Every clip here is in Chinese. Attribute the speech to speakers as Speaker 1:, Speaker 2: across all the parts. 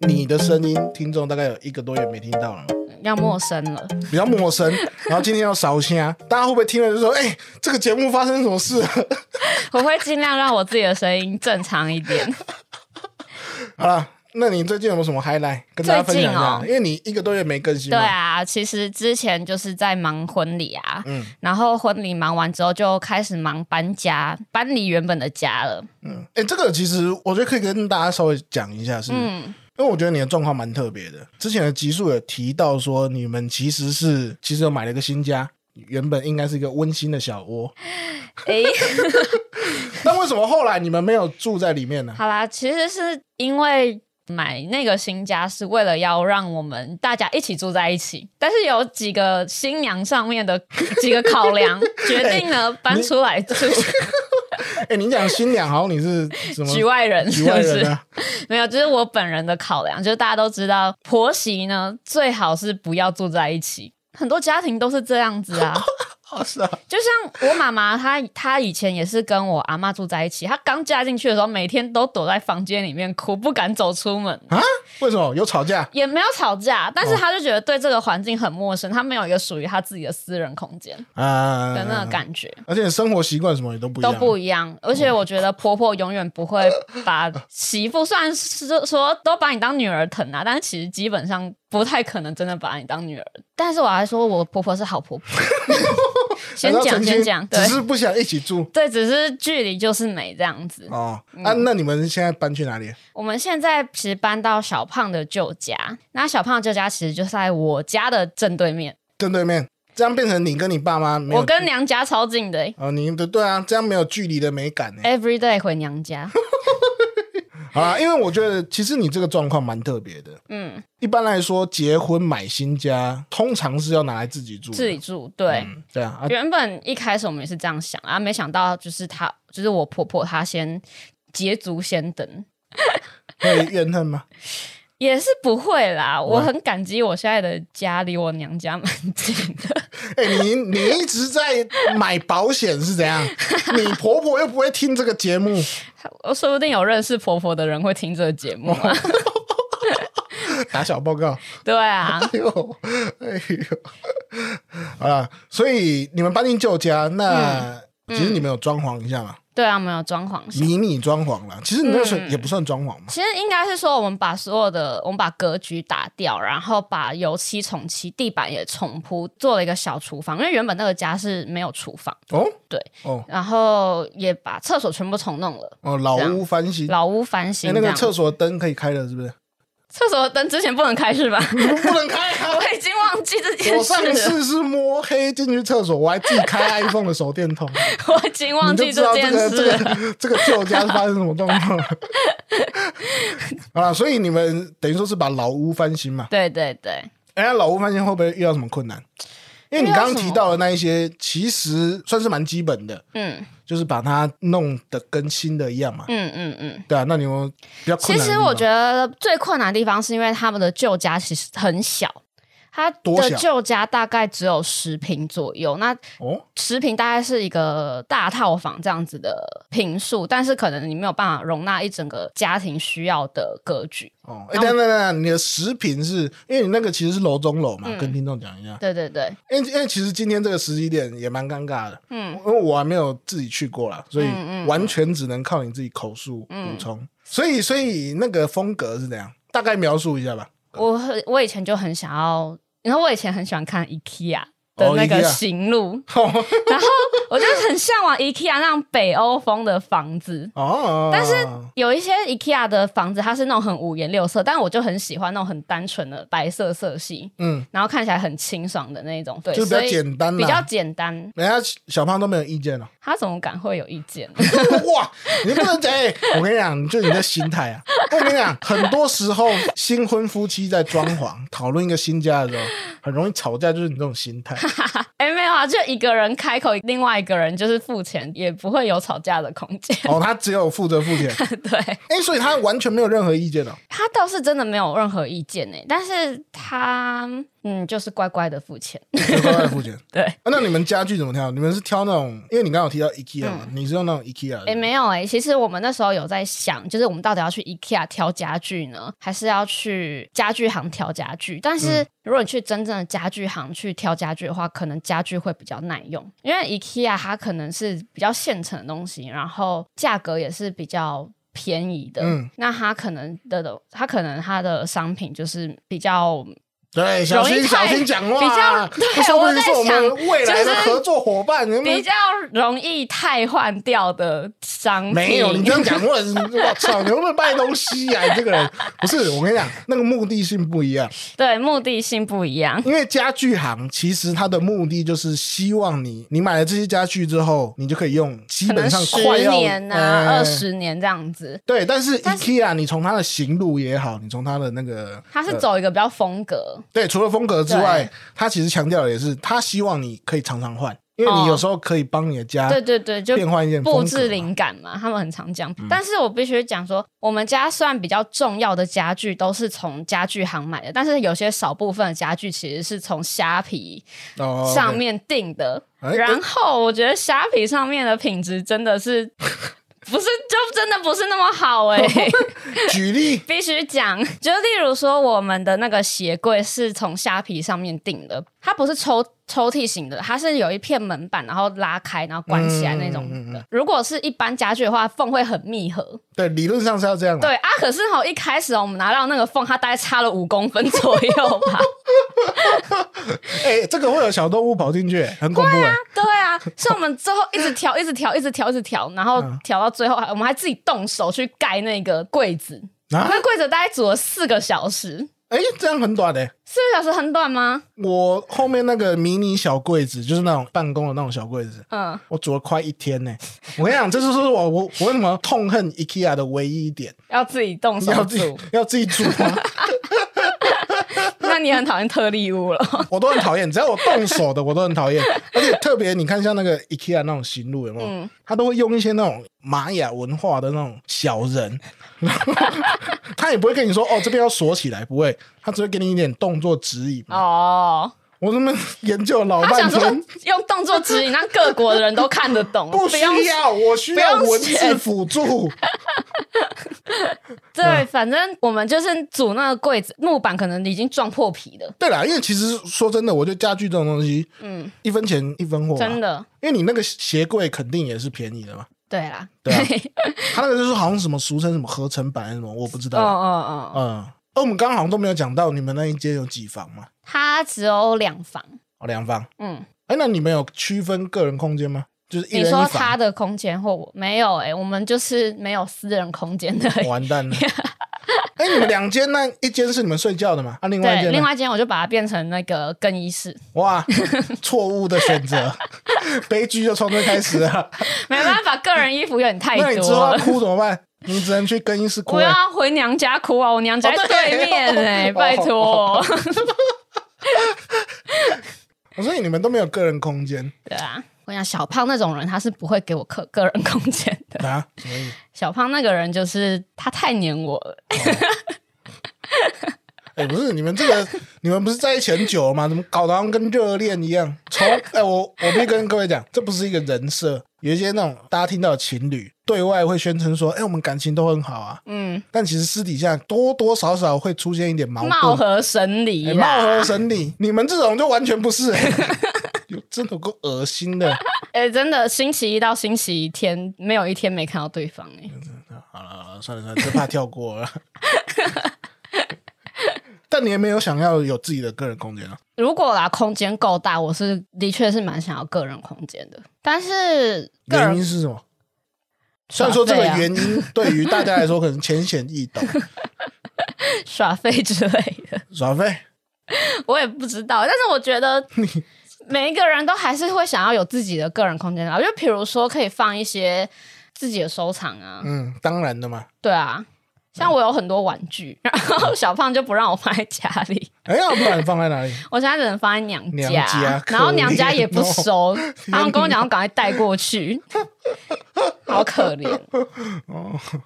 Speaker 1: 你的声音，听众大概有一个多月没听到了，
Speaker 2: 要陌生了。
Speaker 1: 比较陌生。然后今天要烧香，大家会不会听了就说：“哎、这个节目发生什么事了
Speaker 2: 我会尽量让我自己的声音正常 一点。？”
Speaker 1: 好了，那你最近有没有什么 highlight 跟大家分享一下？
Speaker 2: 最近哦
Speaker 1: 因为你一个多月没更新
Speaker 2: 对
Speaker 1: 嘛，
Speaker 2: 啊，其实之前就是在忙婚礼啊，
Speaker 1: 嗯
Speaker 2: 然后婚礼忙完之后就开始忙搬家，搬离原本的家了。
Speaker 1: 嗯，哎、这个其实我觉得可以跟大家稍微讲一下是，
Speaker 2: 嗯，
Speaker 1: 因为我觉得你的状况蛮特别的。之前的集数有提到说，你们其实是其实有买了一个新家，原本应该是一个温馨的小窝，
Speaker 2: 诶，
Speaker 1: 但为什么后来你们没有住在里面呢？
Speaker 2: 好啦，其实是因为。买那个新家是为了要让我们大家一起住在一起，但是有几个新娘上面的几个 考量，决定呢搬出来住，
Speaker 1: 哎、你讲新娘，好像你是什么
Speaker 2: 局外人
Speaker 1: 局
Speaker 2: 是
Speaker 1: 外
Speaker 2: 不
Speaker 1: 人
Speaker 2: 是？
Speaker 1: 啊？
Speaker 2: 没有，就是我本人的考量，就是大家都知道，婆媳呢最好是不要住在一起。很多家庭都是这样子啊，
Speaker 1: 哦，是啊，
Speaker 2: 就像我妈妈，她她以前也是跟我阿妈住在一起，她刚嫁进去的时候，每天都躲在房间里面哭，不敢走出门，
Speaker 1: 啊，为什么有吵架？
Speaker 2: 也没有吵架，但是她就觉得对这个环境很陌生，她没有一个属于她自己的私人空间
Speaker 1: 啊、
Speaker 2: 的那个感觉。
Speaker 1: 而且生活习惯什么也都不一
Speaker 2: 都
Speaker 1: 样，
Speaker 2: 不一样。而且我觉得婆婆永远不会把 媳妇，虽然是说都把你当女儿疼啊，但是其实基本上不太可能真的把你当女儿。但是我还说我婆婆是好婆婆，先
Speaker 1: 难道
Speaker 2: 讲
Speaker 1: 哎曾经
Speaker 2: 先讲，对
Speaker 1: 只是不想一起住
Speaker 2: 对，只是距离就是美这样子。
Speaker 1: 哦。啊，
Speaker 2: 嗯
Speaker 1: 那你们现在搬去哪里？
Speaker 2: 我们现在其实搬到小胖的旧家，那小胖的旧家其实就在我家的正对面，
Speaker 1: 正对面，这样变成你跟你爸妈没有
Speaker 2: 我跟娘家超近的、欸
Speaker 1: 哦，你的对啊，这样没有距离的美感呢。
Speaker 2: Every day 回娘家，
Speaker 1: 好啦，因为我觉得其实你这个状况蛮特别的。
Speaker 2: 嗯，
Speaker 1: 一般来说，结婚买新家通常是要拿来自己住的，
Speaker 2: 自己住，对，
Speaker 1: 嗯对啊啊，
Speaker 2: 原本一开始我们也是这样想啊，没想到就是她，就是我婆婆，她先捷足先登，
Speaker 1: 会怨恨 吗？
Speaker 2: 也是不会啦。我很感激我现在的家离我娘家蛮近的，
Speaker 1: 哎、你你一直在买保险是怎样？你婆婆又不会听这个节目，
Speaker 2: 我说不定有认识婆婆的人会听这个节目、啊。
Speaker 1: 打小报告。
Speaker 2: 对啊，
Speaker 1: 哎呦，哎呦，好啦，所以你们搬进旧家，那、其实你们有装潢一下嘛？
Speaker 2: 对啊，没有装潢。
Speaker 1: 迷你装潢啦，其实你那算、
Speaker 2: 嗯
Speaker 1: 也不算装潢嘛。
Speaker 2: 其实应该是说，我们把所有的，我们把格局打掉，然后把油漆重漆，地板也重铺，做了一个小厨房。因为原本那个家是没有厨房，
Speaker 1: 哦，
Speaker 2: 对，
Speaker 1: 哦
Speaker 2: 然后也把厕所全部重弄了，
Speaker 1: 哦，老
Speaker 2: 这样
Speaker 1: 屋翻新。
Speaker 2: 老屋翻
Speaker 1: 哎、
Speaker 2: 新。
Speaker 1: 那
Speaker 2: 这
Speaker 1: 个
Speaker 2: 样。
Speaker 1: 厕所灯可以开了，是不是？
Speaker 2: 厕所的灯之前不能开是吧？
Speaker 1: 不能开啊！
Speaker 2: 我已经忘记这件
Speaker 1: 我上
Speaker 2: 事了，
Speaker 1: 次是摸黑进去厕所，我还自己开 iPhone 的手电筒，
Speaker 2: 我已经忘
Speaker 1: 你就
Speaker 2: 记
Speaker 1: 知道
Speaker 2: 这
Speaker 1: 这
Speaker 2: 件
Speaker 1: 个这
Speaker 2: 事了。
Speaker 1: 个这个旧家是发生什么状 况了。好啦，所以你们等于说是把老屋翻新嘛？
Speaker 2: 对对对，
Speaker 1: 哎、老屋翻新会不会遇到什么困难？因为你刚刚提到的那一些，其实算是蛮基本的，
Speaker 2: 嗯
Speaker 1: 就是把它弄得跟新的一样嘛。
Speaker 2: 嗯嗯嗯。
Speaker 1: 对啊，那你们比较困
Speaker 2: 其
Speaker 1: 难的地方。
Speaker 2: 实我觉得最困难的地方是因为他们的旧家其实很小，他
Speaker 1: 多
Speaker 2: 的
Speaker 1: 小
Speaker 2: 旧家大概只有十平左右，那
Speaker 1: 哦，
Speaker 2: 十平大概是一个大套房这样子的平数，但是可能你没有办法容纳一整个家庭需要的格局。
Speaker 1: 哦，哎、等等等等，你的食品是因为你那个其实是楼中楼嘛，
Speaker 2: 嗯
Speaker 1: 跟听众讲一下。
Speaker 2: 对对对，
Speaker 1: 因为因为其实今天这个时机点也蛮尴尬的，
Speaker 2: 嗯，
Speaker 1: 因为我还没有自己去过啦，所以
Speaker 2: 嗯嗯
Speaker 1: 完全只能靠你自己口述补
Speaker 2: 嗯
Speaker 1: 充。所以所以那个风格是怎样？大概描述一 下吧。
Speaker 2: 我很我以前就很想要，然后我以前很喜欢看 IKEA 的
Speaker 1: 哦
Speaker 2: 那个
Speaker 1: IKEA
Speaker 2: 行路， 然后我就很向往 IKEA 那种北欧风的房子。
Speaker 1: 哦，但是
Speaker 2: 有一些 IKEA 的房子，它是那种很五颜六色，但我就很喜欢那种很单纯的白色色系，
Speaker 1: 嗯，
Speaker 2: 然后看起来很清爽的那种。对，
Speaker 1: 就是比较
Speaker 2: 所以
Speaker 1: 简单啦啊
Speaker 2: 比较简单。
Speaker 1: 人家小胖都没有意见了。
Speaker 2: 他怎么敢会有意见？
Speaker 1: 哇，你不能讲、欸，我跟你讲，就你的心态啊。我跟你讲，很多时候新婚夫妻在装潢讨论一个新家的时候，很容易吵架，就是你这种心 态。
Speaker 2: 哎、没有啊，就一个人开口，另外一个人就是付钱，也不会有吵架的空间。
Speaker 1: 哦，他只有负责付钱，
Speaker 2: 对。
Speaker 1: 哎、所以他完全没有任何意见哦。
Speaker 2: 欸他倒是真的没有任何意见呢，但是他嗯，就是乖乖的付钱。
Speaker 1: 就乖乖付钱。
Speaker 2: 对，
Speaker 1: 啊那你们家具怎么挑？你们是挑那种，因为你刚刚有提到 IKEA 嘛，
Speaker 2: 嗯
Speaker 1: 你是用那种 IKEA
Speaker 2: 诶，
Speaker 1: 的。
Speaker 2: 没有诶，其实我们那时候有在想，就是我们到底要去 IKEA 挑家具呢，还是要去家具行挑家具？但
Speaker 1: 嗯
Speaker 2: 是如果你去真正的家具行去挑家具的话，可能家具会比较耐用，因为 IKEA 它可能是比较现成的东西，然后价格也是比较。便宜的，
Speaker 1: 嗯
Speaker 2: 那它可能的，它可能它的商品就是比较
Speaker 1: 对，小心
Speaker 2: 容易
Speaker 1: 小
Speaker 2: 太
Speaker 1: 心讲话。
Speaker 2: 比较对
Speaker 1: 这说不定
Speaker 2: 我在
Speaker 1: 是我
Speaker 2: 想
Speaker 1: 们未来的
Speaker 2: 就是
Speaker 1: 合作伙伴。你们
Speaker 2: 比较容易汰换掉的商品。
Speaker 1: 没有，你这样 讲我也是，我操，你会不会卖东西呀、你这个人不是，我跟你讲，那个目的性不一样。
Speaker 2: 对目的性不一样。
Speaker 1: 因为家具行其实它的目的就是希望你，你买了这些家具之后，你就可以用，基
Speaker 2: 可能
Speaker 1: 本上
Speaker 2: 十
Speaker 1: 快要
Speaker 2: 年啊，
Speaker 1: 呃
Speaker 2: 二十年这样子。
Speaker 1: 对，但是
Speaker 2: 但是
Speaker 1: IKEA，你从它的行路也好，你从它的那个，
Speaker 2: 它是
Speaker 1: 呃
Speaker 2: 走一个比较风格，
Speaker 1: 对，除了风格之外
Speaker 2: 对，
Speaker 1: 它其实强调的也是，它希望你可以常常换，因为你
Speaker 2: 哦
Speaker 1: 有时候可以帮你的家
Speaker 2: 对对对，就
Speaker 1: 啊变换一点风格
Speaker 2: 布
Speaker 1: 嘛
Speaker 2: 置灵感嘛，他们很常讲。但是我必须讲说，我们家虽然比较重要的家具都是从家具行买的，但是有些少部分的家具其实是从虾皮
Speaker 1: 哦，OK
Speaker 2: 上面订的。
Speaker 1: 哎
Speaker 2: 然后我觉得虾皮上面的品质真的是 不是就真的不是那么好哎、
Speaker 1: 举例，
Speaker 2: 必须讲， 就例如说，我们的那个鞋柜是从虾皮上面订的，它不是抽抽屉型的，它是有一片门板，然后拉开，然后关起来那种
Speaker 1: 嗯
Speaker 2: 的。
Speaker 1: 嗯嗯
Speaker 2: 如果是一般家具的话，缝会很密合。
Speaker 1: 对，理论上是要这样的。
Speaker 2: 对啊，可是哈，一开始哦我们拿到那个缝，它大概差了五公分左右 吧。
Speaker 1: 哎、这个会有小动物跑进去，很恐怖、哎。
Speaker 2: 对啊，所以我们最后一直调，一直调，一直调，一直调，然后
Speaker 1: 嗯
Speaker 2: 调到最后，还我们还自己动手去盖那个柜子。
Speaker 1: 啊
Speaker 2: 那柜子大概煮了四个小时，
Speaker 1: 哎、这样很短的、
Speaker 2: 四个小时很短吗？
Speaker 1: 我后面那个迷你小柜子，就是那种办公的那种小柜子，
Speaker 2: 嗯。
Speaker 1: 我煮了快一天呢、我跟你讲，这就是我我我为什么痛恨 IKEA 的唯一一点，
Speaker 2: 要自己动手
Speaker 1: 要自己
Speaker 2: 煮，
Speaker 1: 要自己煮 吗？
Speaker 2: 那你很讨厌特例 屋了。
Speaker 1: 我都很讨厌，只要我动手的我都很讨厌，而且特别你看像那个 IKEA 那种行路有没有？
Speaker 2: 嗯
Speaker 1: 他都会用一些那种玛雅文化的那种小人， 他也不会跟你说哦这边要锁起来，不会，他只会给你一点动作指引。
Speaker 2: 哦，
Speaker 1: 我他妈研究老
Speaker 2: 他
Speaker 1: 半
Speaker 2: 想说
Speaker 1: 天，
Speaker 2: 用动作指引，让各国的人都看得懂，
Speaker 1: 不需
Speaker 2: 用。
Speaker 1: 要，我需要
Speaker 2: 哦不用
Speaker 1: 文字
Speaker 2: 写
Speaker 1: 辅助。
Speaker 2: 对，嗯反正我们就是组那个柜子，木板可能已经撞破皮了。
Speaker 1: 对啦，因为其实说真的，我觉得家具这种东西，
Speaker 2: 嗯，
Speaker 1: 一分钱一分货、
Speaker 2: 真
Speaker 1: 的，
Speaker 2: 的。
Speaker 1: 因为你那个鞋柜肯定也是便宜的嘛。
Speaker 2: 对啦，
Speaker 1: 对 啊，他那个就是好像什么俗称什么合成版还是什么，我不知
Speaker 2: 哦
Speaker 1: 道。
Speaker 2: 哦哦，
Speaker 1: 嗯，而我们刚刚好像都没有讲到你们那一间有几房嘛？
Speaker 2: 它只有两房。
Speaker 1: 哦，两房。
Speaker 2: 嗯，
Speaker 1: 哎，那你们有区分个人空间吗？就是一
Speaker 2: 你
Speaker 1: 人
Speaker 2: 说
Speaker 1: 一
Speaker 2: 他
Speaker 1: 房。
Speaker 2: 的空间或我没有哎、我们就是没有私人空间的。
Speaker 1: 完蛋 了。哎，你们两间那一间是你们睡觉的嘛？啊，另外一
Speaker 2: 对，
Speaker 1: 间呢
Speaker 2: 另外一间我就把它变成那个更 衣室，
Speaker 1: 哇，错误的选择， 悲剧就从这开始了。
Speaker 2: 没办法，个人衣服有点太
Speaker 1: 那你
Speaker 2: 多
Speaker 1: 之后
Speaker 2: 了
Speaker 1: 要。哭怎么办？你只能去更衣室哭、
Speaker 2: 我
Speaker 1: 欸。
Speaker 2: 要回娘家哭啊！我娘家在
Speaker 1: 哦对
Speaker 2: 对面哎、
Speaker 1: 哦
Speaker 2: 拜托。
Speaker 1: 我说你们都没有个人空间
Speaker 2: 对啊，我想小胖那种人，他是不会给我个个人空间的。
Speaker 1: 啊？什么意思？
Speaker 2: 小胖那个人就是他太黏我了，
Speaker 1: 哎、不是你们这个，你们不是在一起很久了吗？怎么搞得好像跟热恋一样？从哎、我我必须跟各位讲，这不是一个人设。有一些那种大家听到的情侣对外会宣称说，哎、我们感情都很好啊，
Speaker 2: 嗯，
Speaker 1: 但其实私底下多多少少会出现一点矛盾，
Speaker 2: 貌合神离
Speaker 1: 哎
Speaker 2: 啦。
Speaker 1: 貌合神离。你们这种就完全不是、哎 有真的够恶心的。
Speaker 2: 哎、真的，星期一到星期天没有一天没看到对方哎、
Speaker 1: 好了好了，算了算了，这怕跳过 了。但你也没有想要有自己的个人空间啊？
Speaker 2: 如果啦，空间够大，我是的确是蛮想要个人空间的，但是个
Speaker 1: 原因
Speaker 2: 人
Speaker 1: 是什么？虽然说这个
Speaker 2: 耍废啊
Speaker 1: 原 因对于大家来说可能浅显易懂，
Speaker 2: 耍废之类的。
Speaker 1: 耍废
Speaker 2: 我也不知道，但是我觉 得每一个人都还是会想要有自己的个人空间啊，就比如说可以放一些自己的收藏啊，
Speaker 1: 嗯，当然的嘛。
Speaker 2: 对啊，像我有很多玩具， 然后小胖就不让我放在家里，
Speaker 1: 哎呀，不然放在哪里？
Speaker 2: 我现在只能放在娘家，
Speaker 1: 娘家
Speaker 2: 然后
Speaker 1: 可怜
Speaker 2: 娘家也不
Speaker 1: 哦
Speaker 2: 收，他们跟我讲要赶快带 过去，好可怜。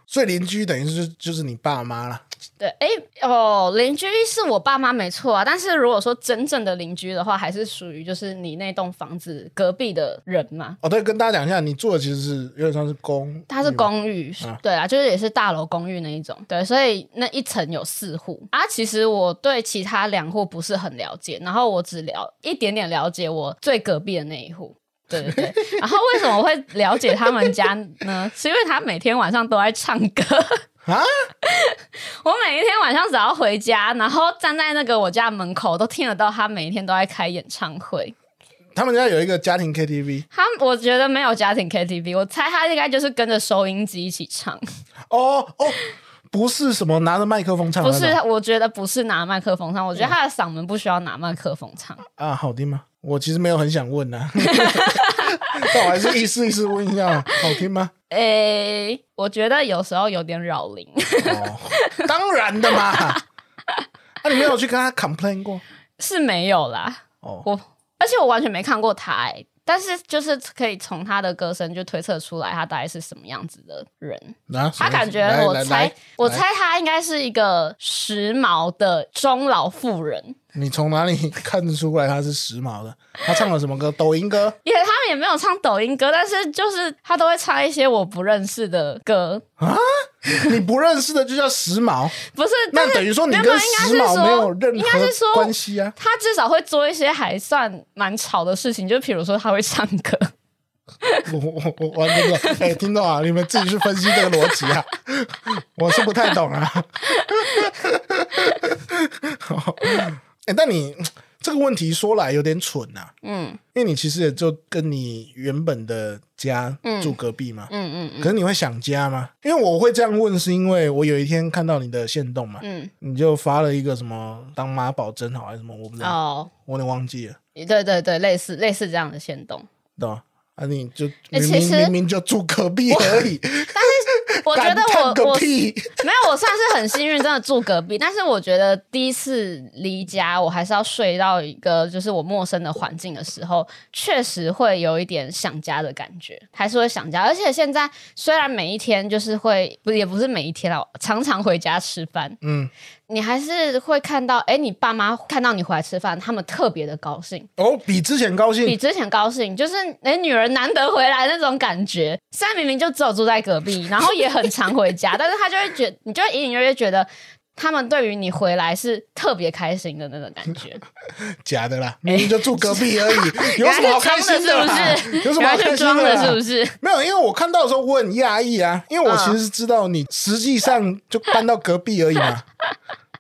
Speaker 1: 所以邻居等于是就是你爸妈啦，
Speaker 2: 对，哎、哦，邻居是我爸妈没错啊，但是如果说真正的邻居的话，还是属于就是你那栋房子隔壁的人嘛。
Speaker 1: 哦，对，跟大家讲一下，你住的其实是有点像是公，
Speaker 2: 它是，公寓，
Speaker 1: 啊
Speaker 2: 对啊，就是也是大楼公寓那一种，对，所以那一层有四户啊。其实我对其他两户不是很了解，然后我只了一点点了解我最隔壁的那一户。对对对，然后为什么我会了解他们家呢？是因为他每天晚上都在唱歌。
Speaker 1: 啊，
Speaker 2: 我每一天晚上只要回家，然后站在那个我家门口，都听得到他每一天都在开演唱会。
Speaker 1: 他们家有一个家庭 KTV，
Speaker 2: 他我觉得没有家庭 KTV，我猜他应该就是跟着收音机一起唱。
Speaker 1: 哦哦，不是什么拿着麦克风唱的
Speaker 2: 不
Speaker 1: 那种，
Speaker 2: 是，我觉得不是拿麦克风唱，我
Speaker 1: 嗯
Speaker 2: 觉得他的嗓门不需要拿麦克风唱。
Speaker 1: 啊，好听吗？我其实没有很想问 啊，但我还是意思意思问一下，好听吗？
Speaker 2: 诶、我觉得有时候有点扰邻。
Speaker 1: 哦，当然的嘛，啊，你没有去跟他 complain 过？
Speaker 2: 是没有啦，
Speaker 1: 哦
Speaker 2: 我而且我完全没看过他、欸，但是就是可以从他的歌声就推测出来他大概是什么样子的人。
Speaker 1: 啊、
Speaker 2: 他感觉
Speaker 1: 来
Speaker 2: 我
Speaker 1: 来
Speaker 2: 猜
Speaker 1: 来，
Speaker 2: 我猜他应该是一个时髦的中老妇人，
Speaker 1: 你从哪里看得出来他是时髦的？他唱了什么歌？抖音歌？
Speaker 2: 也他们也没有唱抖音歌，但是就是他都会唱一些我不认识的歌，
Speaker 1: 你不认识的就叫时髦，
Speaker 2: 不是， 但
Speaker 1: 那
Speaker 2: 是
Speaker 1: 等于说你
Speaker 2: 没有
Speaker 1: 跟
Speaker 2: 应该是
Speaker 1: 时髦没有
Speaker 2: 说
Speaker 1: 任
Speaker 2: 应该
Speaker 1: 何
Speaker 2: 是说
Speaker 1: 关系啊。
Speaker 2: 他至少会做一些还算蛮吵的事情，就比如说他会唱歌，
Speaker 1: 我我我我完全不懂，哎、听众啊，你们自己去分析这个逻辑啊，我是不太懂啊。哎、但你这个问题说来有点蠢呐、啊，
Speaker 2: 嗯
Speaker 1: 因为你其实也就跟你原本的家住隔壁嘛，
Speaker 2: 嗯嗯嗯
Speaker 1: 可是你会想家吗？因为我会这样问，是因为我有一天看到你的线动嘛，
Speaker 2: 嗯，
Speaker 1: 你就发了一个什么当妈宝真好还是什么，我不知道，
Speaker 2: 哦，
Speaker 1: 我有点忘记了，
Speaker 2: 对对对，类似类似这样的线动，
Speaker 1: 懂吗？啊，你就
Speaker 2: 哎
Speaker 1: 明
Speaker 2: 其
Speaker 1: 明、
Speaker 2: 实
Speaker 1: 明明就住隔壁而已，
Speaker 2: 我觉
Speaker 1: 感
Speaker 2: 得
Speaker 1: 叹
Speaker 2: 我
Speaker 1: 个
Speaker 2: 我
Speaker 1: 屁！
Speaker 2: 没有，我算是很幸运，真的住隔壁。但是我觉得第一次离家，我还是要睡到一个就是我陌生的环境的时候，确实会有一点想家的感觉，还是会想家。而且现在虽然每一天就是会，不也不是每一天啦，常常回家吃饭，
Speaker 1: 嗯，
Speaker 2: 你还是会看到，哎，你爸妈看到你回来吃饭，他们特别的高兴。
Speaker 1: 哦，比之前高
Speaker 2: 比
Speaker 1: 兴，
Speaker 2: 之前高兴，就是哎、诶女儿难得回来那种感觉。虽然明明就只有住在隔壁，然后也很常回家，但是她就会觉，你就会隐隐约约觉得。他们对于你回来是特别开心的那种感觉，
Speaker 1: 假的啦，明明就住隔壁 而已，有什么好开心
Speaker 2: 原
Speaker 1: 啦
Speaker 2: 来是装 的是不是？
Speaker 1: 有什么
Speaker 2: 原
Speaker 1: 好
Speaker 2: 来
Speaker 1: 开心
Speaker 2: 是装
Speaker 1: 的
Speaker 2: 的，
Speaker 1: 啦？
Speaker 2: 是不是？
Speaker 1: 没有，因为我看到的时候我很讶异啊，因为我其实是知道你实际
Speaker 2: 嗯
Speaker 1: 上就搬到隔壁而已 嘛，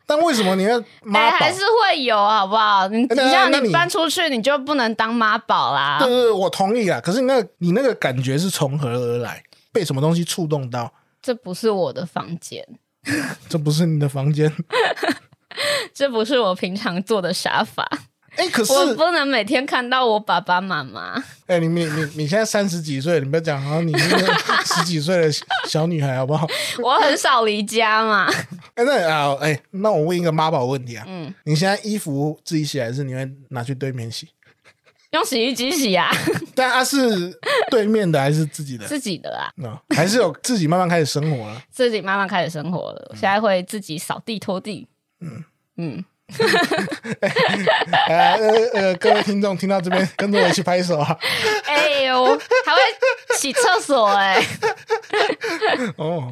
Speaker 1: 但为什么你要
Speaker 2: 哎、
Speaker 1: 妈宝？哎
Speaker 2: 还是会有，好不好？你
Speaker 1: 那
Speaker 2: 你像
Speaker 1: 那你
Speaker 2: 你搬出去，你就不能当妈宝啦
Speaker 1: 对。对对，我同意啊。可是你那个你那个感觉是从何而来？被什么东西触动到？
Speaker 2: 这不是我的房间，
Speaker 1: 这不是你的房 间？
Speaker 2: 这不是我平常坐的沙发，
Speaker 1: 哎，可是
Speaker 2: 我不能每天看到我爸爸妈妈。
Speaker 1: 哎，你你你你现在三十几岁，你不要讲好啊像你是那个十几岁的小女孩好不好？
Speaker 2: 我很少离家嘛，
Speaker 1: 哎、那啊，哎、那我问一个妈宝问题啊，
Speaker 2: 嗯，
Speaker 1: 你现在衣服自己洗还是你会拿去对面洗？
Speaker 2: 用洗衣机洗啊，
Speaker 1: 但它、是对面的还是自己的？
Speaker 2: 自己的啦，
Speaker 1: 啊、还是有自己慢慢开始生活了。
Speaker 2: 自己慢慢开始生活了。我现在会自己扫地拖地， 嗯嗯，
Speaker 1: 呃呃呃，各位听众听到这边，跟着我一起拍手啊！
Speaker 2: 哎呦，还会洗厕所哎、
Speaker 1: 哦，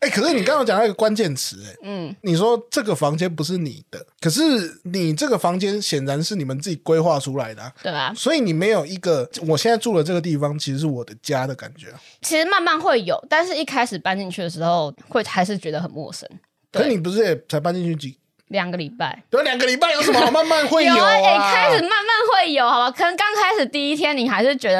Speaker 1: 哎、可是你刚刚有讲到一个关键词、哎，
Speaker 2: 嗯，
Speaker 1: 你说这个房间不是你的，可是你这个房间显然是你们自己规划出来的、啊，
Speaker 2: 对吧？
Speaker 1: 所以你没有一个我现在住的这个地方其实是我的家的感觉啊。
Speaker 2: 其实慢慢会有，但是一开始搬进去的时候，会还是觉得很陌生。
Speaker 1: 可是
Speaker 2: 对
Speaker 1: 你不是也才搬进去几
Speaker 2: 两个礼拜。
Speaker 1: 有两个礼拜有什么好慢慢会有
Speaker 2: 啊，哎、
Speaker 1: 啊？
Speaker 2: 开始慢慢会有，好吧？可能刚开始第一天，你还是觉得，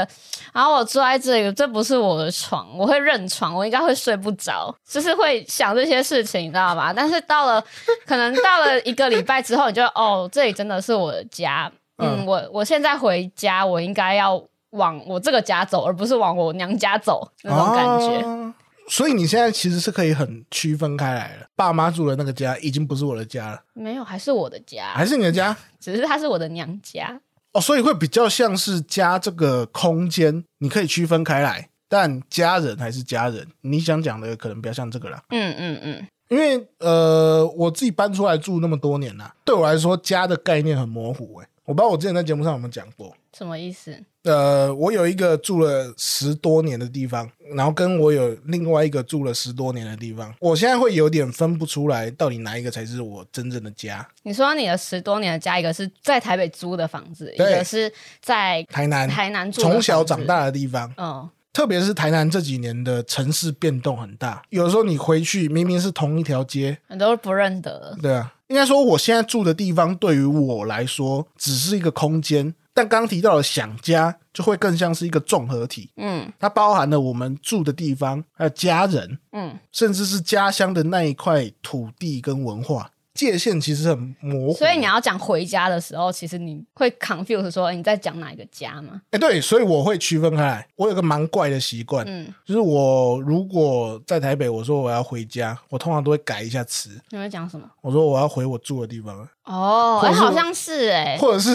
Speaker 2: 然后我坐在这里，这不是我的床，我会认床，我应该会睡不着，就是会想这些事情，你知道吗？但是到了可能到了一个礼拜之后，你就 哦，这里真的是我的家，嗯，
Speaker 1: 嗯
Speaker 2: 我我现在回家，我应该要往我这个家走，而不是往我娘家走那种感觉。
Speaker 1: 啊所以你现在其实是可以很区分开来了。爸妈住的那个家已经不是我的家了，
Speaker 2: 没有，还是我的家，
Speaker 1: 还是你的家
Speaker 2: 只是它是我的娘家。
Speaker 1: 哦，所以会比较像是家这个空间，你可以区分开来。但家人还是家人，你想讲的可能比较像这个啦。
Speaker 2: 嗯嗯嗯，
Speaker 1: 因为呃，我自己搬出来住那么多年啦、对我来说家的概念很模糊、欸。我不知道我之前在节目上有没有讲过。
Speaker 2: 什么意思？
Speaker 1: 呃，我有一个住了十多年的地方，然后跟我有另外一个住了十多年的地方，我现在会有点分不出来，到底哪一个才是我真正的家。
Speaker 2: 你说你的十多年的家，一个是在台北租的房子，一
Speaker 1: 对
Speaker 2: 个是在
Speaker 1: 台南，
Speaker 2: 台南住，
Speaker 1: 从小长。大的地方，
Speaker 2: 嗯，
Speaker 1: 特别是台南这几年的城市变动很大，有时候你回去明明是同一条街，
Speaker 2: 很多不认得了。
Speaker 1: 对啊，应该说我现在住的地方对于我来说只是一个空间，但刚提到的想家就会更像是一个综合体，
Speaker 2: 嗯
Speaker 1: 它包含了我们住的地方，还有家人，
Speaker 2: 嗯，
Speaker 1: 甚至是家乡的那一块土地跟文化界限，其实很模糊。
Speaker 2: 所以你要讲回家的时候，其实你会 confuse 说哦你在讲哪一个家吗？
Speaker 1: 哎、对，所以我会区分开来。我有个蛮怪的习惯，
Speaker 2: 嗯，
Speaker 1: 就是我如果在台北，我说我要回家，我通常都会改一下词，
Speaker 2: 你会讲什么？
Speaker 1: 我说我要回我住的地方，
Speaker 2: 哦，
Speaker 1: 或
Speaker 2: 哎、
Speaker 1: 者是
Speaker 2: 好像是哎、
Speaker 1: 或者是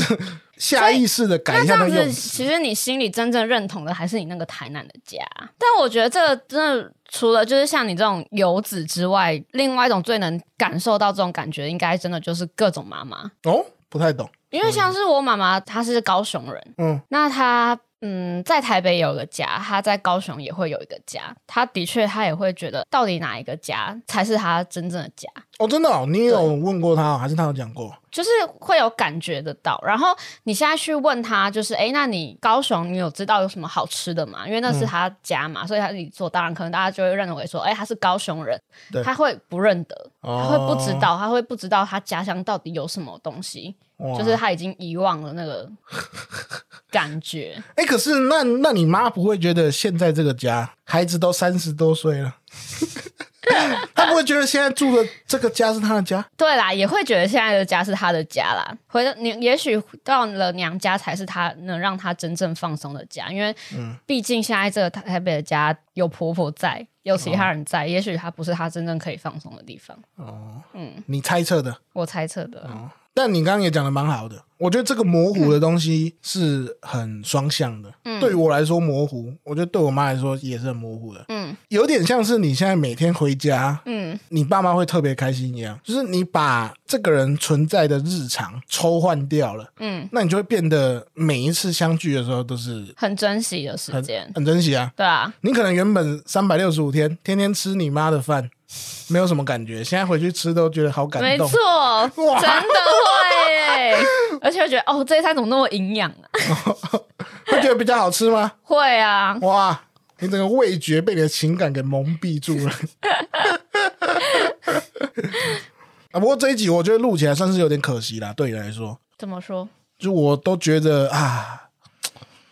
Speaker 1: 下意识的改
Speaker 2: 那
Speaker 1: 一
Speaker 2: 这
Speaker 1: 下那
Speaker 2: 样
Speaker 1: 个用
Speaker 2: 子，
Speaker 1: 词。
Speaker 2: 其实你心里真正认同的还是你那个台南的家。但我觉得这个真的，除了就是像你这种游子之外，另外一种最能感受到这种感觉，应该真的就是各种妈妈。
Speaker 1: 哦，不太懂。
Speaker 2: 因为像是我妈妈，她是高雄人，
Speaker 1: 嗯，
Speaker 2: 那她嗯在台北有一个家，她在高雄也会有一个家。她的确，她也会觉得到底哪一个家才是她真正的家。
Speaker 1: 哦，真的、哦，你有问过他、哦，还是他有讲过？
Speaker 2: 就是会有感觉得到。然后你现在去问他，就是哎，诶那你高雄你有知道有什么好吃的吗？因为那
Speaker 1: 嗯
Speaker 2: 是他家嘛，所以他自己做，当然可能大家就会认为说，哎，他是高雄人
Speaker 1: 对，
Speaker 2: 他会不认得，他
Speaker 1: 哦，
Speaker 2: 会不知，道，他会不知道他家乡到底有什么东西，
Speaker 1: 哦
Speaker 2: 就是他已经遗忘了那个感觉。
Speaker 1: 哎、可是那那你妈不会觉得现在这个家孩子都三十多岁了， 她不会觉得现在住的这个家是她的家？
Speaker 2: 对啦，也会觉得现在的家是他的家啦。回到你，也许到了娘家才是他能让他真正放松的家，因为
Speaker 1: 嗯
Speaker 2: 毕竟现在这个台台北的家有婆婆在，有其他人在，也许他不是他真正可以放松的地方。
Speaker 1: 哦，
Speaker 2: 嗯，
Speaker 1: 你猜测的。
Speaker 2: 我猜测的。
Speaker 1: 但你刚刚也讲的蛮好的，我觉得这个模糊的东西是很双向的。
Speaker 2: 嗯
Speaker 1: 对于我来说模糊，我觉得对我妈来说也是很模糊的，
Speaker 2: 嗯
Speaker 1: 有点像是你现在每天回家，
Speaker 2: 嗯
Speaker 1: 你爸妈会特别开心一样，就是你把这个人存在的日常抽换掉了，
Speaker 2: 嗯，
Speaker 1: 那你就会变得每一次相聚的时候都是
Speaker 2: 很珍惜的时
Speaker 1: 很
Speaker 2: 间。
Speaker 1: 很珍惜啊。
Speaker 2: 对啊，
Speaker 1: 你可能原本三百六十五天天天吃你妈的饭，没有什么感觉，现在回去吃都觉得好感
Speaker 2: 没
Speaker 1: 动
Speaker 2: 错，。 真的会耶、 而且我觉得哦，这一餐怎么那么营养啊？
Speaker 1: 会觉得比较好吃吗？
Speaker 2: 会啊，
Speaker 1: 哇，你整个味觉被你的情感给蒙蔽住了。 啊，不过这一集我觉得录起来算是有点可惜啦，对你来说，
Speaker 2: 怎么说？
Speaker 1: 就我都觉得啊，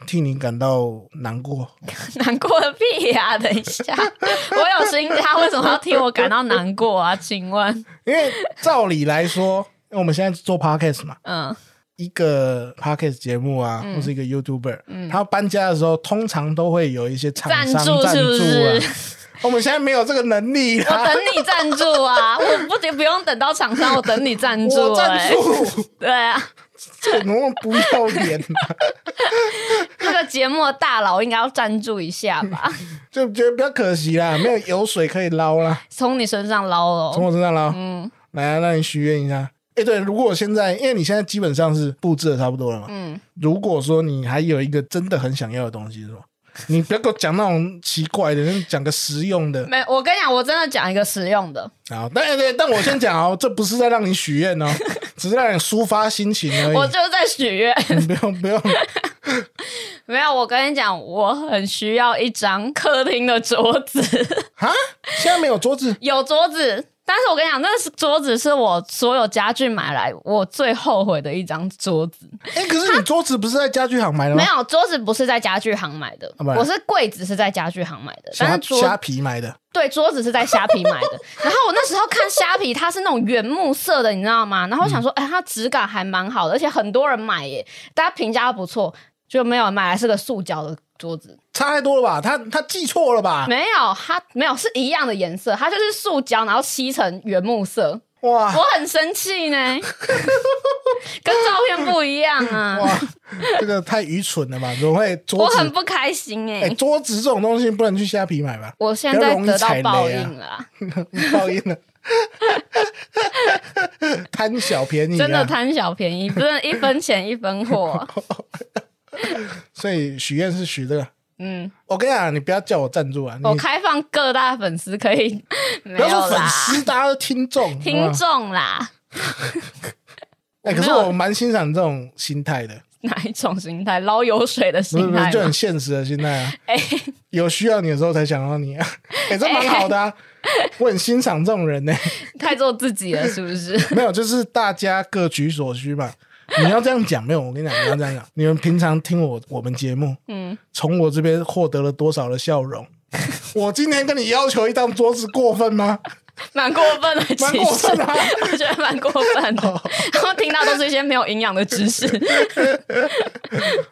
Speaker 1: 替你感到难过。
Speaker 2: 难过个屁呀、等 一下，我有新家，为什么要替我感到难过啊？请问，
Speaker 1: 因为照理来说，因为我们现在做 podcast 嘛，
Speaker 2: 嗯，
Speaker 1: 一个 podcast 节目啊，或是一个 YouTuber，、他搬家的时候，通常都会有一些厂
Speaker 2: 嗯赞
Speaker 1: 商赞
Speaker 2: 助
Speaker 1: 助啊。
Speaker 2: 是不是？
Speaker 1: 我们现在没有这个能力
Speaker 2: 我
Speaker 1: 啦，
Speaker 2: 等你赞助啊！我不不用等到厂商，我等你赞助、
Speaker 1: 我
Speaker 2: 欸。
Speaker 1: 赞助，
Speaker 2: 对啊，
Speaker 1: 这能不能不要脸啊？
Speaker 2: 这个节目的大佬应该要赞助一下吧？
Speaker 1: 就觉得比较可惜啦，没有油水可以捞啦，
Speaker 2: 从你身上捞
Speaker 1: 从
Speaker 2: 喽。
Speaker 1: 我身上捞。
Speaker 2: 嗯
Speaker 1: 来啊，让你许愿一下。哎，对，如果现在，因为你现在基本上是布置的差不多了嘛，
Speaker 2: 嗯，
Speaker 1: 如果说你还有一个真的很想要的东西，是吧？你不要给我讲那种奇怪的，你讲个实用的。
Speaker 2: 没，我跟你讲，我真的讲一个实用的，
Speaker 1: 好，啊但对，但我先讲哦，这不是在让你许愿哦，只是让你抒发心情而
Speaker 2: 我
Speaker 1: 已。
Speaker 2: 就是在许愿。
Speaker 1: 你不用不 用，
Speaker 2: 没有，我跟你讲，我很需要一张客厅的桌子。
Speaker 1: 哈，现在没有桌子
Speaker 2: 有桌子，但是我跟你讲，那个是桌子是我所有家具买来我最后悔的一张桌子。
Speaker 1: 哎、可是你桌子不是在家具行买的吗
Speaker 2: 没？有桌子不是在家具行买的，
Speaker 1: 啊不然
Speaker 2: 我是柜子是在家具行买的，但
Speaker 1: 虾
Speaker 2: 是
Speaker 1: 虾
Speaker 2: 桌
Speaker 1: 皮买的，
Speaker 2: 对桌子是在虾皮买的。 然后我那时候看虾皮，它是那种原木色的，你知道吗？然后我想
Speaker 1: 嗯
Speaker 2: 说，哎、它质感还蛮好的，而且很多人买耶，大家评价都不错，就没有人买来是个塑胶的桌子。
Speaker 1: 差太多了吧？他他记错了吧？
Speaker 2: 没有，它没有是一样的颜色，它就是塑胶，然后漆成原木色。
Speaker 1: 哇
Speaker 2: 我很生 气呢，跟照片不一样啊，
Speaker 1: 哇，这个太愚蠢了吧？怎么会
Speaker 2: 我
Speaker 1: 桌
Speaker 2: 很
Speaker 1: 子？
Speaker 2: 不开心哎、
Speaker 1: 哎、桌子这种东西不能去虾皮买吧？
Speaker 2: 我现在得到报应
Speaker 1: 比
Speaker 2: 了啊，
Speaker 1: 报应了， 贪小便宜、啊，
Speaker 2: 真的贪小便宜，真的一分钱一 分货。啊
Speaker 1: 哦所以许愿是许这个。
Speaker 2: 嗯，
Speaker 1: 我跟你讲，你不要叫我赞助啊！你
Speaker 2: 我开放各大粉丝可以，没
Speaker 1: 不要
Speaker 2: 有
Speaker 1: 说粉
Speaker 2: 啦，
Speaker 1: 丝，大家都听众，好
Speaker 2: 听
Speaker 1: 不好。
Speaker 2: 众啦，
Speaker 1: 哎、可是我蛮欣赏这种心态的，
Speaker 2: 哪一种心态？捞油水的
Speaker 1: 不是
Speaker 2: 心
Speaker 1: 不是，
Speaker 2: 态
Speaker 1: 就
Speaker 2: 吗
Speaker 1: 很？现实的心态啊。
Speaker 2: 哎、
Speaker 1: 有需要你的时候才想到你啊，哎、这蛮好的啊。我很欣赏这种人呢、
Speaker 2: 太做自己了，是不是？
Speaker 1: 没有，就是大家各取所需嘛。你要这样讲，没有，我跟你讲，你要这样讲。你们平常听我我们节目，
Speaker 2: 嗯，
Speaker 1: 从我这边获得了多少的笑容？ 我今天跟你要求一张桌子，过分吗？
Speaker 2: 蛮过分的，
Speaker 1: 蛮
Speaker 2: 其
Speaker 1: 过
Speaker 2: 实
Speaker 1: 分的啊 哦
Speaker 2: 我觉得蛮过分 的。然后听到都是一些没有营养的知识。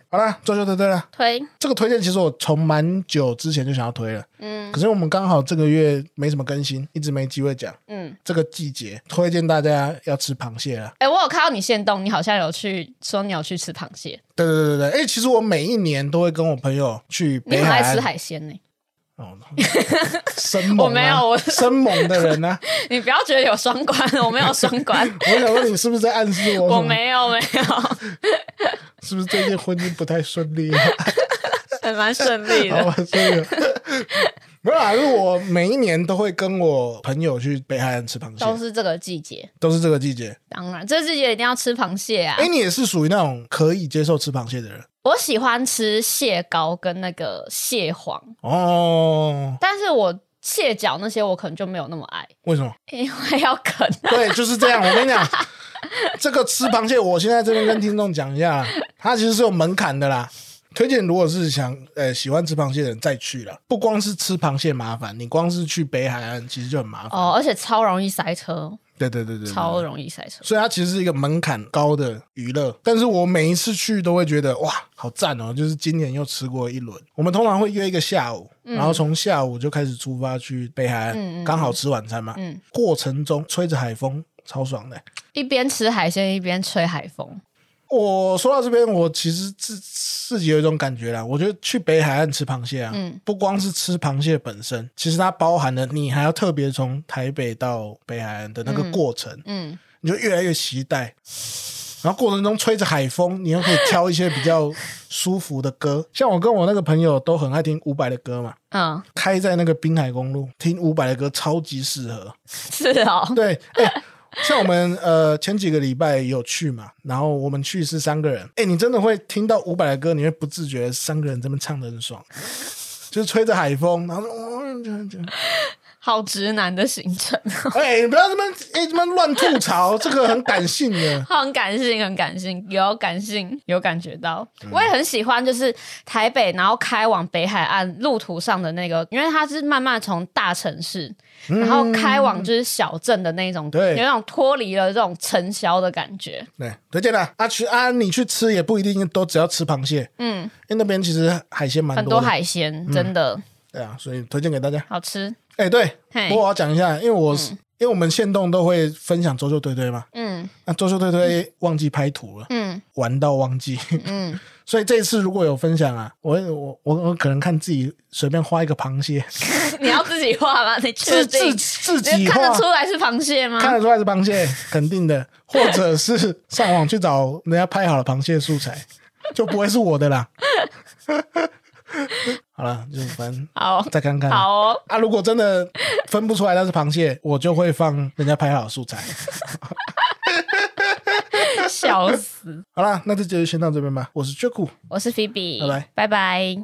Speaker 1: 好啦，这就对对了。
Speaker 2: 推，
Speaker 1: 这个推荐其实我从蛮久之前就想要推了，
Speaker 2: 嗯
Speaker 1: 可是我们刚好这个月没什么更新，一直没机会讲。
Speaker 2: 嗯。
Speaker 1: 这个季节推荐大家要吃螃蟹啊！
Speaker 2: 哎、我有看到你现动，你好像有去说你有去吃螃蟹，
Speaker 1: 对对对对对，哎，其实我每一年都会跟我朋友去
Speaker 2: 你
Speaker 1: 北
Speaker 2: 很
Speaker 1: 海
Speaker 2: 爱
Speaker 1: 岸
Speaker 2: 吃海鲜呢、
Speaker 1: 哦，生猛、啊，
Speaker 2: 我没有我
Speaker 1: 生猛的人呢、啊。
Speaker 2: 你不要觉得有双关，我没有双 关，
Speaker 1: 我想说，你是不是在暗示我？
Speaker 2: 我，没有没有，
Speaker 1: 是不是最近婚姻不太顺利、啊？
Speaker 2: 还蛮顺利
Speaker 1: 好
Speaker 2: 的。
Speaker 1: 吧，这个 没有啦，就是我每一年都会跟我朋友去北海岸吃螃
Speaker 2: 都
Speaker 1: 蟹，
Speaker 2: 是这个季节，
Speaker 1: 都是这个季节。
Speaker 2: 当然这季节一定要吃螃蟹啊！
Speaker 1: 哎、你也是属于那种可以接受吃螃蟹的人
Speaker 2: 我喜欢吃蟹膏跟那个蟹黄，
Speaker 1: 哦？
Speaker 2: 但是我蟹脚那些我可能就没有那么爱，
Speaker 1: 为什么？
Speaker 2: 因为要啃。
Speaker 1: 对，就是这样。我跟你讲，这个吃螃蟹，我现在这边跟听众讲一下，它其实是有门槛的啦。推荐如果是想呃喜欢吃螃蟹的人再去了，不光是吃螃蟹麻烦，你光是去北海岸其实就很麻烦。
Speaker 2: 哦，而且超容易塞车，
Speaker 1: 对对对对对，
Speaker 2: 超容易塞车。
Speaker 1: 所以它其实是一个门槛高的娱乐，但是我每一次去都会觉得哇，好赞哦！就是今年又吃过一轮。我们通常会约一个下午，然后从下午就开始出发去北海
Speaker 2: 嗯嗯嗯
Speaker 1: 岸，刚、好吃晚餐嘛。
Speaker 2: 嗯，
Speaker 1: 过程中吹着海风，超爽的。
Speaker 2: 一边吃海鲜一边吹海风，
Speaker 1: 我说到这边，我其实自自己有一种感觉啦，我觉得去北海岸吃螃蟹啊，
Speaker 2: 嗯
Speaker 1: 不光是吃螃蟹本身，其实它包含了你还要特别从台北到北海岸的那个过程，
Speaker 2: 嗯，
Speaker 1: 你就越来越期待。然后过程中吹着海风，你又可以挑一些比较舒服的歌，像我跟我那个朋友都很爱听伍佰的歌嘛，
Speaker 2: 嗯，
Speaker 1: 开在那个滨海公路听伍佰的歌超级适合。
Speaker 2: 是哦，
Speaker 1: 对，哎、像我们呃前几个礼拜有去嘛，然后我们去是三个人，哎、你真的会听到伍佰的歌，你会不自觉三个人这边唱的很爽，就是吹着海风，然后说哦这样这样
Speaker 2: 好直男的行程，
Speaker 1: 哎、你不要这么哎、这么乱吐槽，这个很感性的。
Speaker 2: 很感性，很感性，有感性，有感觉到。
Speaker 1: 嗯
Speaker 2: 我也很喜欢，就是台北，然后开往北海岸路途上的那个，因为它是慢慢从大城市，然后开往就是小镇的那种，
Speaker 1: 嗯对
Speaker 2: 有那种脱离了这种尘嚣的感觉。
Speaker 1: 对，推荐啦。啊去啊，你去吃也不一定都只要吃螃蟹，
Speaker 2: 嗯，
Speaker 1: 因为那边其实海鲜蛮
Speaker 2: 很
Speaker 1: 多
Speaker 2: 多
Speaker 1: 的。嗯
Speaker 2: 海鲜真的
Speaker 1: 对啊，所以推荐给大家。
Speaker 2: 好吃。
Speaker 1: 哎、对，
Speaker 2: 嘿
Speaker 1: 不过我要讲一下，因为我、是因为我们线动都会分享周周推推嘛，
Speaker 2: 嗯
Speaker 1: 那周周推推忘记拍图了。
Speaker 2: 嗯
Speaker 1: 玩到忘记，
Speaker 2: 嗯，
Speaker 1: 所以这一次如果有分享啊，我我我我可能看自己随便画一个螃蟹，
Speaker 2: 你要自己画吗？你确
Speaker 1: 自自
Speaker 2: 定？
Speaker 1: 自
Speaker 2: 你
Speaker 1: 己
Speaker 2: 看
Speaker 1: 画
Speaker 2: 得出，来是螃蟹吗？
Speaker 1: 看得出来是螃蟹，肯定的，或者是上网去找人家拍好了螃蟹素材，就不会是我的啦。好了，就反正
Speaker 2: 好
Speaker 1: 再看看啊。
Speaker 2: 好哦，
Speaker 1: 啊，如果真的分不出来那是螃蟹，我就会放人家拍好的素材。
Speaker 2: 笑死！
Speaker 1: 好啦，那这节就先到这边吧。我是 j a c k
Speaker 2: 我是 Phoebe，
Speaker 1: 拜拜，
Speaker 2: 拜拜。